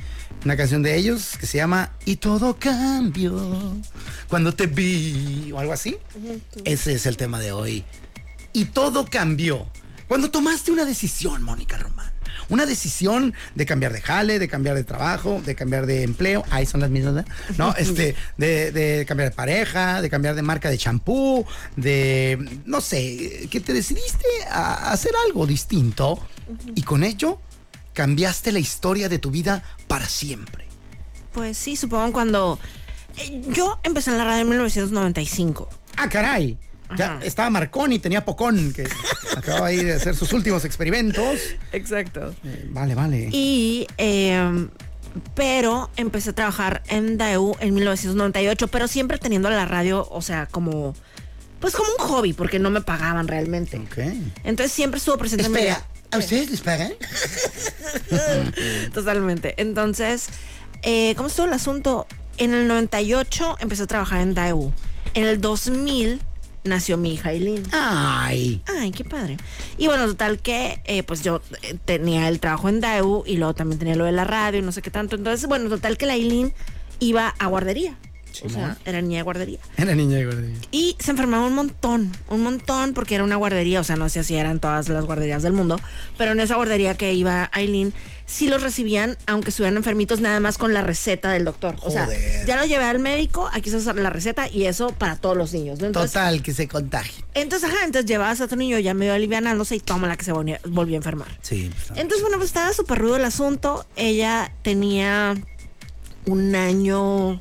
Una canción de ellos que se llama Y todo cambió cuando te vi o algo así. Ese es el tema de hoy. Y todo cambió cuando tomaste una decisión, Mónica Román. una decisión de cambiar de jale, de cambiar de trabajo, de cambiar de empleo, ahí son las mismas, ¿verdad? ¿no? Este, de, de cambiar de pareja, de cambiar de marca de champú, de, no sé, que te decidiste a hacer algo distinto y con ello cambiaste la historia de tu vida para siempre. Pues sí, supongo cuando eh, yo empecé en la radio en 1995. Ah, caray. Ya Ajá. estaba Marconi, tenía Pocón, que acababa ahí de hacer sus últimos experimentos. Exacto. Eh, vale, vale. Y, eh, pero empecé a trabajar en DAEU en 1998, pero siempre teniendo la radio, o sea, como, pues como un hobby, porque no me pagaban realmente. Ok. Entonces siempre estuvo presente en mi- Espera, ¿a ustedes les pagan? Totalmente. Entonces, eh, ¿cómo estuvo el asunto? En el 98 empecé a trabajar en Daewoo. En el 2000 nació mi hija Eileen. Ay. Ay, qué padre. Y bueno, total que eh, pues yo eh, tenía el trabajo en Daewoo y luego también tenía lo de la radio y no sé qué tanto. Entonces, bueno, total que la Eileen iba a guardería. O sea, era niña de guardería. Era niña de guardería. Y se enfermaba un montón, un montón, porque era una guardería, o sea, no sé si eran todas las guarderías del mundo, pero en esa guardería que iba Aileen, sí los recibían, aunque estuvieran enfermitos, nada más con la receta del doctor. O sea, Joder. ya lo llevé al médico, aquí se usa la receta y eso para todos los niños, ¿no? Entonces, Total, que se contagie. entonces, ajá, entonces llevabas a tu niño ya medio alivianándose y toma la que se volvió, volvió a enfermar. Sí. Entonces, bueno, pues estaba súper rudo el asunto. Ella tenía un año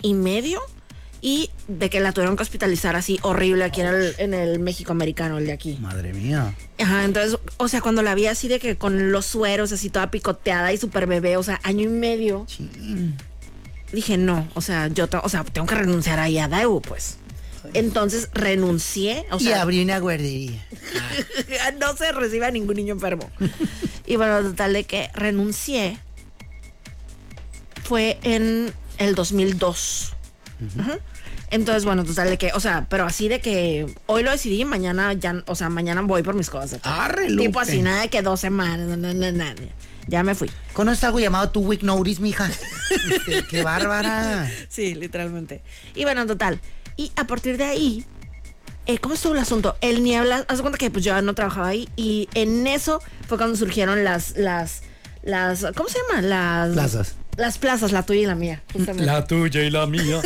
y medio y de que la tuvieron que hospitalizar así horrible aquí en el, en el México americano, el de aquí. Madre mía. Ajá, entonces, o sea, cuando la vi así de que con los sueros así toda picoteada y súper bebé, o sea, año y medio, dije, no, o sea, yo, te- o sea, tengo que renunciar ahí a Daewoo, pues. Entonces renuncié, o y sea, abrí una guardería. no se recibe a ningún niño enfermo. y bueno, total de que renuncié fue en el 2002. Ajá. Entonces, bueno, total de que, o sea, pero así de que hoy lo decidí, mañana ya, o sea, mañana voy por mis cosas. Arre, tipo Ah, Lupe. así, nada de que dos semanas, no, no, no, no, ya me fui. ¿Conoces algo llamado Two Week Notice, mija? Este, Qué bárbara. Sí, literalmente. Y bueno, total. Y a partir de ahí, eh, ¿cómo estuvo el asunto? El niebla, haz de cuenta que pues yo no trabajaba ahí y en eso fue cuando surgieron las, las, las, ¿cómo se llama? Las Plazas. Las plazas, la tuya y la mía. justamente. tuya y la mía.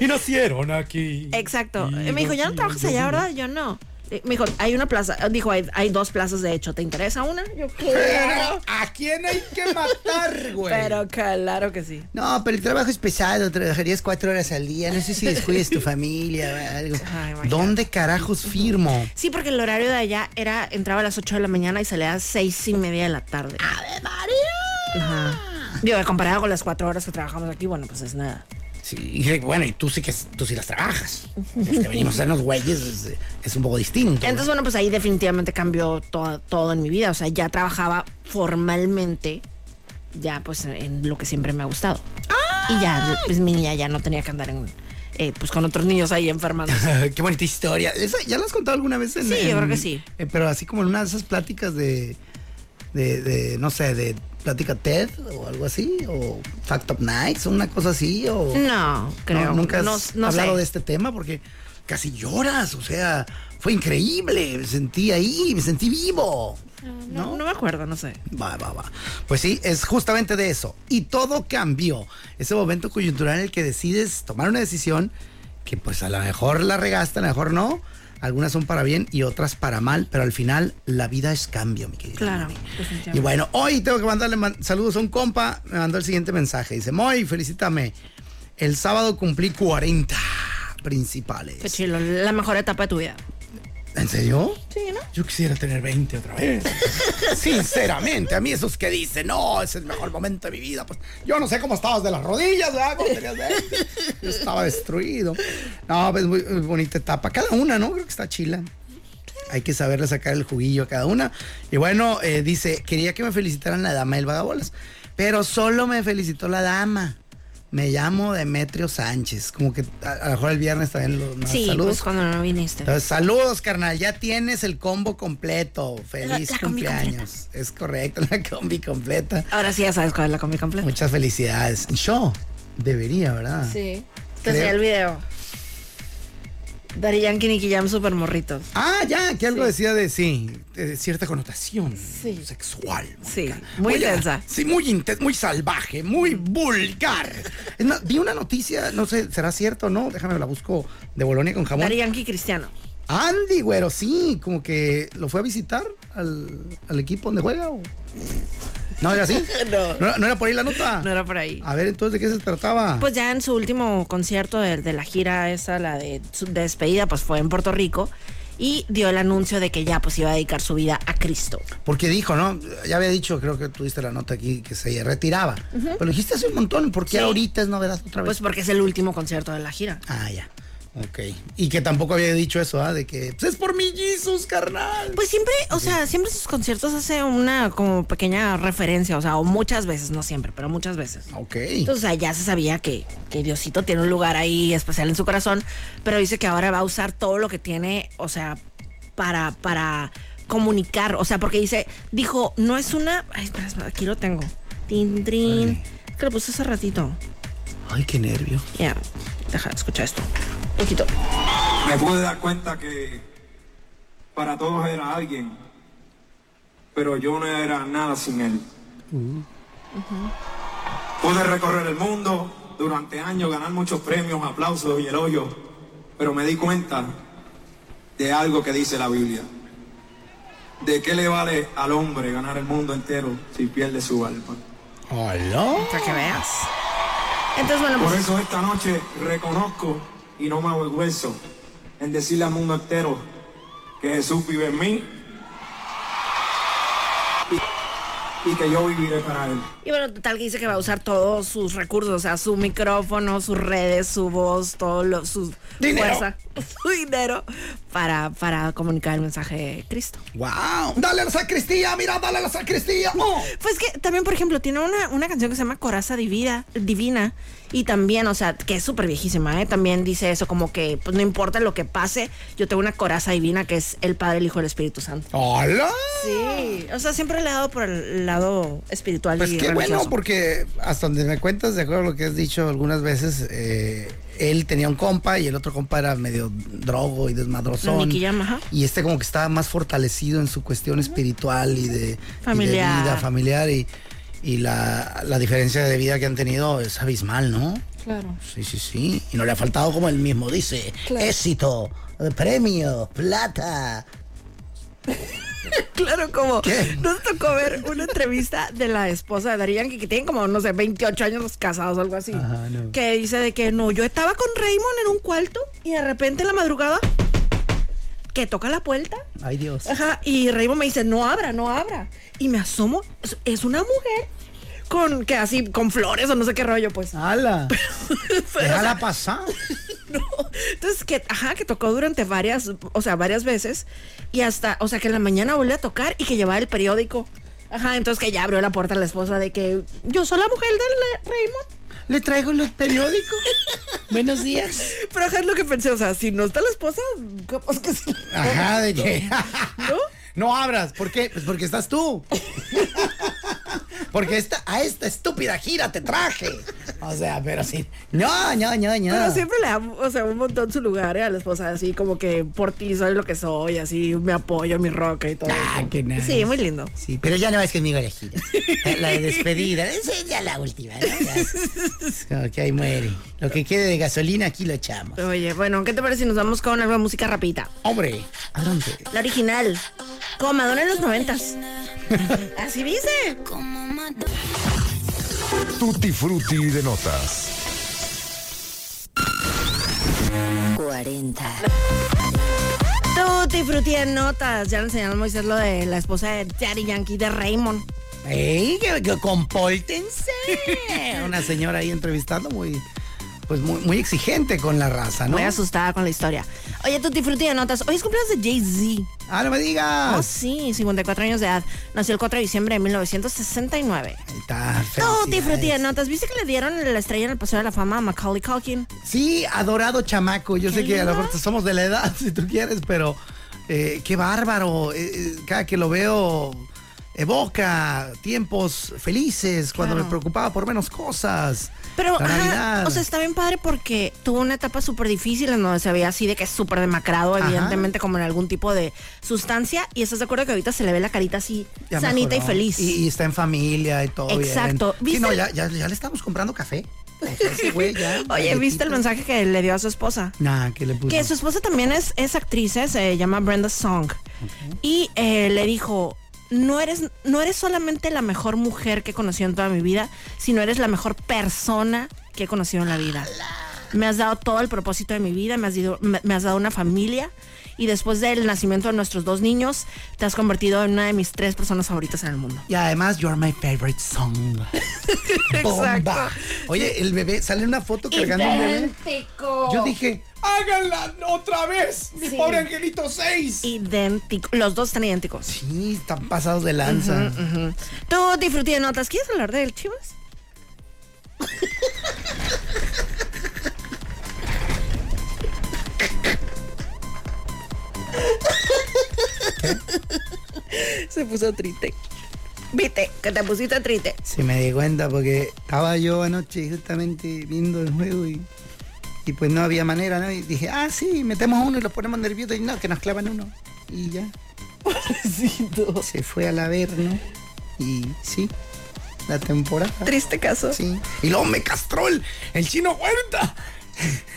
Y nacieron aquí. Exacto. Eh, me dijo, ya no trabajas allá, ¿verdad? Yo no. Eh, Me dijo, hay una plaza, eh, dijo, hay, hay dos plazas de hecho, ¿te interesa una? Yo, claro. ¿A quién hay que matar, güey? Pero claro que sí. No, pero el trabajo es pesado, trabajarías cuatro horas al día, no sé si descuides tu familia o algo. Ay, imagínate. ¿Dónde carajos firmo? Sí, porque el horario de allá era, entraba a las 8 de la mañana y salía a las 6 y media de la tarde. ¡Ave María! Ajá. Digo, comparado con las cuatro horas que trabajamos aquí, bueno, pues es nada. Sí, y bueno, y tú sí que tú sí las trabajas. Los que venimos a ser los güeyes es, es un poco distinto. Entonces, bueno, pues ahí definitivamente cambió todo, todo en mi vida. O sea, ya trabajaba formalmente, ya pues en lo que siempre me ha gustado. Y ya, pues mi niña ya no tenía que andar en, eh, pues con otros niños ahí enfermándose. Qué bonita historia. Esa, ¿Ya la has contado alguna vez? En, Sí, yo en- creo que sí. eh, pero así como en una de esas pláticas de, de, de, no sé, de plática TED o algo así, o Fact of Nights, una cosa así, o... No, creo. No, nunca has no hablado sé. de este tema porque casi lloras, o sea, fue increíble, me sentí ahí, me sentí vivo. Ah, No, no me acuerdo, no sé. Va, va, va. Pues sí, es justamente de eso. Y todo cambió. Ese momento coyuntural en el que decides tomar una decisión que pues a lo mejor la regaste, a lo mejor no. Algunas son para bien y otras para mal, pero al final la vida es cambio, mi querida. Claro, Moni. definitivamente. Y bueno, hoy tengo que mandarle man- saludos a un compa. Me mandó el siguiente mensaje. Dice, Moy, felicítame. El sábado cumplí 40 principales. Qué chilo, la mejor etapa de tu vida. ¿En serio? Sí, ¿no? Yo quisiera tener 20 otra vez. Sinceramente, a mí esos que dicen, no, es el mejor momento de mi vida, pues yo no sé cómo estabas de las rodillas, ¿verdad? Cuando tenías 20. Yo estaba destruido. No, pues muy, muy bonita etapa. Cada una, ¿no? Creo que está chila. Hay que saberle sacar el juguillo a cada una. Y bueno, eh, dice, quería que me felicitaran la dama del vagabolas, pero solo me felicitó la dama. Me llamo Demetrio Sánchez. Como que a, a lo mejor el viernes también lo más Sí, Ah, saludos. pues cuando no viniste. Entonces, saludos, carnal. Ya tienes el combo completo. Feliz La- la combi cumpleaños. Es correcto, la combi completa. Ahora sí ya sabes cuál es la comida completa. Muchas felicidades. Yo debería, ¿verdad? Sí. Te Creo- enseñé el video. Dari Yankee y Nicky Jam super morritos. Ah, ya, que algo decía de sí, de cierta connotación Sí. sexual. Mónica. Sí, muy Oiga, intensa. Mm. Sí, muy intensa, muy salvaje, muy vulgar. Es más, vi una noticia, no sé, será cierto o no, déjame la busco de Bolonia con jamón. Dari Yankee Cristiano. Andy, güero, sí, como que lo fue a visitar al, al equipo donde juega. o- No era así. No. Ah, no. Ah. era- no era por ahí la nota. No era por ahí. A ver, entonces, ¿de qué se trataba? Pues ya en su último concierto de, de la gira esa, la de, su- de despedida, pues fue en Puerto Rico y dio el anuncio de que ya pues iba a dedicar su vida a Cristo. Porque dijo, ¿no? Ya había dicho, creo que tuviste la nota aquí, que se retiraba. Pero lo dijiste hace un montón, ¿por Sí. qué ahorita es novedad otra vez? Pues porque es el último concierto de la gira. ah, ya. Ok. Y que tampoco había dicho eso, ¿ah? De que, pues es por mi Jesus, carnal. Pues siempre, o sea, siempre sus conciertos hace una como pequeña referencia, o sea, o muchas veces, no siempre, pero muchas veces. ok. Entonces, o sea, ya se sabía que, que Diosito tiene un lugar ahí especial en su corazón, pero dice que ahora va a usar todo lo que tiene, o sea, para, para comunicar. O sea, porque dice, dijo, no es una. Ay, espera, espera, aquí lo tengo. Tin, trin. Es Que lo puse hace ratito. Ay, qué nervio. Ya, deja, escucha esto. Un poquito. me pude dar cuenta que para todos era alguien, pero yo no era nada sin él. Pude recorrer el mundo durante años, ganar muchos premios, aplausos y elogios, pero me di cuenta de algo que dice la Biblia. ¿De qué le vale al hombre ganar el mundo entero si pierde su alma? ¿Hola? Para que veas. Entonces, bueno, Por pues. eso esta noche reconozco y no me avergüenzo en decirle al mundo entero que Jesús vive en mí y, y que yo viviré para él. Y bueno, total que dice que va a usar todos sus recursos, o sea, su micrófono, sus redes, su voz, todo lo, su Dinero. fuerza, su dinero para, para comunicar el mensaje de Cristo. ¡Wow! ¡Dale a la sacristía! ¡Mira, dale a la sacristía! ¡Oh! Pues que también, por ejemplo, tiene una, una canción que se llama Coraza Divina, Divina y también, o sea, que es súper viejísima, ¿eh? También dice eso, como que pues no importa lo que pase, yo tengo una coraza divina que es el Padre, el Hijo, el Espíritu Santo. ¡Hola! Sí, o sea, siempre le he dado por el lado espiritual Pues y qué bueno, religioso. porque hasta donde me cuentas, de acuerdo a lo que has dicho algunas veces, eh, él tenía un compa y el otro compa era medio drogo y desmadrozón. Nicky Jam, ajá. Y este como que estaba más fortalecido en su cuestión espiritual y de, Familiar. y de vida familiar y, y la, la diferencia de vida que han tenido es abismal, ¿no? Claro. Sí, sí, sí. Y no le ha faltado, como él mismo dice, éxito, eh, premio, plata. Claro, como ¿Qué? nos tocó ver una entrevista de la esposa de Dari Yankee, que tiene como, no sé, 28 años los casados o algo así. Ajá, no. Que dice de que no, yo estaba con Raymond en un cuarto y de repente en la madrugada que toca la puerta. Ay, Dios. Ajá, y Raymond me dice, no abra, no abra. Y me asomo, es, es una mujer con que así, con flores o no sé qué rollo, pues. ¡Hala! Pero, o sea, ¡Déjala pasar! no. Entonces, que, ajá, que tocó durante varias, o sea, varias veces. Y hasta, o sea, que en la mañana volvió a tocar y que llevaba el periódico. Ajá, entonces que ya abrió la puerta a la esposa de que yo soy la mujer del Raymond. Le traigo los periódicos. Buenos días. Pero ajá, es lo que pensé, o sea, si no está la esposa, capaz que sí. Ajá, de que. ¿No? No abras, ¿por qué? Pues porque estás tú. Porque esta, a esta estúpida gira te traje. O sea, pero sí. No, no, no, no. Pero siempre le da, o sea, un montón su lugar ¿eh? a la esposa, así como que por ti soy lo que soy, así me apoyo, mi roca y todo. Ah, eso. qué nice. Sí, muy lindo. Sí, pero ya no es conmigo la gira. La de despedida. Esa es ya la última, ¿no? No, que ahí muere. Lo que quede de gasolina aquí lo echamos. Oye, bueno, ¿qué te parece si nos vamos con algo de música rapidita? Hombre, ¿a dónde? La original. Como Madonna en los noventas. Así dice. Tutti frutti de notas. 40. Tutti frutti en notas. Ya le enseñaron a Moisés lo de la esposa de Daddy Yankee de Raymond. ¡Ey! Que, que compórtense. Una señora ahí entrevistando muy. Pues muy, muy exigente con la raza, ¿no? Muy asustada con la historia. Oye, Tutti frutti en notas. Hoy es cumpleaños de Jay-Z. Ah, no me Oh, digas. sí, 54 años de edad. Nació el 4 de diciembre de 1969. Ahí está. Tutti felicidades. frutti en notas. ¿Viste que le dieron la estrella en el Paseo de la Fama a Macaulay Culkin? Sí, adorado chamaco. Yo Qué sé que a lo lindo. mejor somos de la edad, si tú quieres, pero eh, qué bárbaro. Eh, eh, cada que lo veo, evoca tiempos felices cuando Claro. me preocupaba por menos cosas. Pero, la ajá, Navidad. o sea, está bien padre porque tuvo una etapa súper difícil en donde se veía así de que es súper demacrado, Ajá. evidentemente, como en algún tipo de sustancia. Y estás de acuerdo que ahorita se le ve la carita así Ya sanita mejoró. y feliz. Y, y está en familia y todo. bien. Exacto. Sí, ¿Viste no, el- ya, ya- ya le estamos comprando café. O sea, ese güey ya, Oye, ¿viste el galletita. mensaje que le dio a su esposa? Nah, que le puso. Que su esposa también es, es actriz, eh, se llama Brenda Song. Y eh, le dijo, no eres, no eres solamente la mejor mujer que he conocido en toda mi vida, sino eres la mejor persona que he conocido en la vida. Me has dado todo el propósito de mi vida, me has, dido- me- me has dado una familia y después del nacimiento de nuestros dos niños, te has convertido en una de mis tres personas favoritas en el mundo. Y además, You're My Favorite Song. Bomba. Oye, el bebé, sale una foto cargando un bebé. Idéntico. Yo dije, ¡Háganla otra vez! ¡Mi Sí. pobre angelito 6! Idéntico. Los dos están idénticos. sí, están pasados de lanza. Tú disfruté de notas. ¿Quieres hablar del Chivas? Se puso triste. Viste que te pusiste triste. Sí, me di cuenta porque estaba yo anoche justamente viendo el juego y, y pues no había manera, ¿no? Y dije, ah, sí, metemos uno y los ponemos nerviosos y no, que nos clavan uno. Y ya. Se fue al averno y sí, la temporada. Triste caso. Sí. Y luego me castró el, el chino Huerta.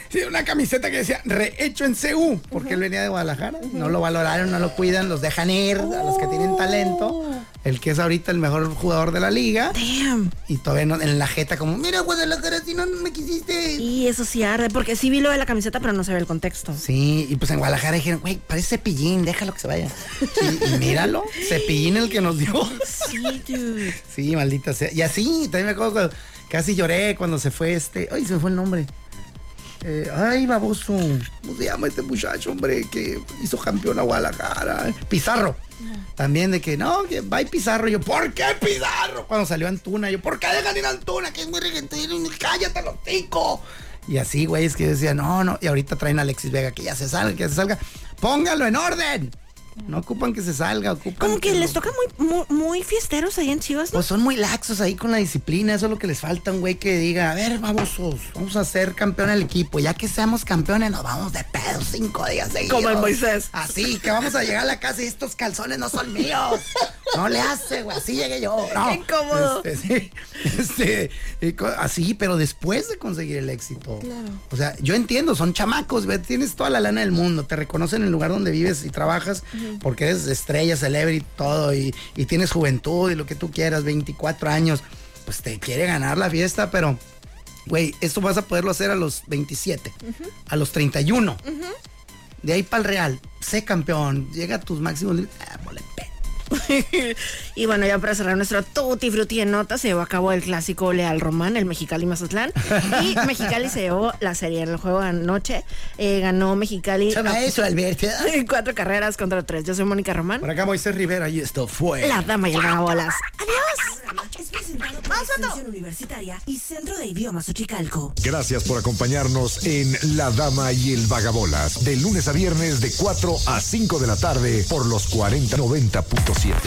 Sí, una camiseta que decía rehecho en CU. Porque él venía de Guadalajara, no lo valoraron, no lo cuidan, los dejan ir a los que tienen talento. El que es ahorita el mejor jugador de la liga Damn. y todavía no- en la jeta como, mira Guadalajara, si no me quisiste. Y eso sí arde, porque sí vi lo de la camiseta, pero no se ve el contexto. Sí, y pues en Guadalajara dijeron, güey, parece cepillín, déjalo que se vaya. Y, y míralo, cepillín el que nos dio. Sí, dude. Sí, maldita sea. Y así, también me acuerdo cuando- casi lloré cuando se fue este. Ay, se me fue el nombre. Eh, ay, baboso. ¿Cómo se llama este muchacho, hombre, que hizo campeón a Guadalajara? Pizarro. También de que, no, que va y Pizarro. Yo, ¿por qué Pizarro? Cuando salió Antuna, yo, ¿por qué dejan ir a Antuna? Que es muy regentero y cállate los cinco. Y así, güey, es que yo decía, no, no. Y ahorita traen a Alexis Vega, que ya se salga, que ya se salga. Póngalo en orden. No ocupan que se salga, ocupan. Como que lo- les toca muy, muy, muy fiesteros ahí en Chivas, ¿no? pues son muy laxos ahí con la disciplina, eso es lo que les falta, un güey que diga, a ver, babosos, vamos a ser campeón del equipo, ya que seamos campeones nos vamos de pedo cinco días seguidos. Como el Moisés. Así, que vamos a llegar a la casa y estos calzones no son míos. No le hace, güey, así llegué yo. No. Qué incómodo. Este, sí, este, y co- así, pero después de conseguir el éxito. Claro. O sea, yo entiendo, son chamacos, güey, tienes toda la lana del mundo, te reconocen el lugar donde vives y trabajas porque eres estrella, celebrity, todo, y, y tienes juventud y lo que tú quieras, 24 años, pues te quiere ganar la fiesta, pero, güey, esto vas a poderlo hacer a los 27, a los 31. De ahí para el Real, sé campeón, llega a tus máximos límites. Ah, mole, pe- Y bueno, ya para cerrar nuestro Tutti Frutti en notas, se llevó a cabo el clásico Leal Román, el Mexicali Mazatlán. Y Mexicali se llevó la serie en el juego de anoche. Eh, ganó Mexicali Chama eso, Alberto. cuatro carreras contra tres. Yo soy Mónica Román. Por acá Moisés Rivera y esto fue. La dama y el bolas. Es presentado por Extensión Universitaria y Centro de Idiomas Ochicalco. Gracias por acompañarnos en La Dama y el Vagabolas, de lunes a viernes de 4 a 5 de la tarde por los 4090.7.